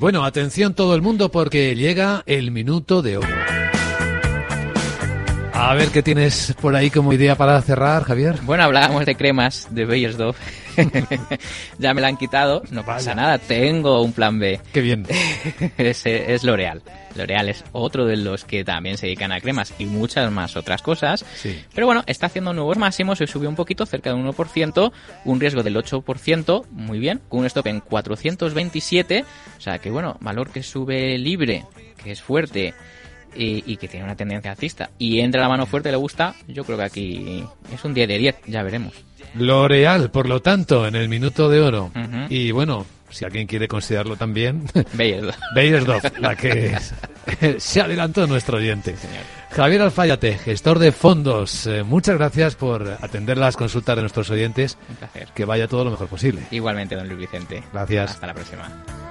Bueno, atención todo el mundo porque llega el minuto de oro. A ver qué tienes por ahí como idea para cerrar, Javier. Bueno, hablábamos de cremas de Beiersdorf. ya me la han quitado, no pasa Vaya. nada, tengo un plan B. Qué bien. es es L'Oreal. L'Oreal es otro de los que también se dedican a cremas y muchas más otras cosas. Sí. Pero bueno, está haciendo nuevos máximos, hoy subió un poquito, cerca de un 1%, un riesgo del 8%, muy bien, con un stop en 427, o sea que bueno, valor que sube libre, que es fuerte y, y que tiene una tendencia alcista y entra la mano fuerte, le gusta, yo creo que aquí es un 10 de 10, ya veremos. L'Oreal, por lo tanto, en el minuto de oro. Ujú. Y bueno, si alguien quiere considerarlo también, Veis, Beiersdorf, la que es. se adelantó nuestro oyente. señor. Javier Alfayate, gestor de fondos, eh, muchas gracias por atender las consultas de nuestros oyentes. un placer. Que vaya todo lo mejor posible. Igualmente, don Luis Vicente. Gracias. Hasta la próxima.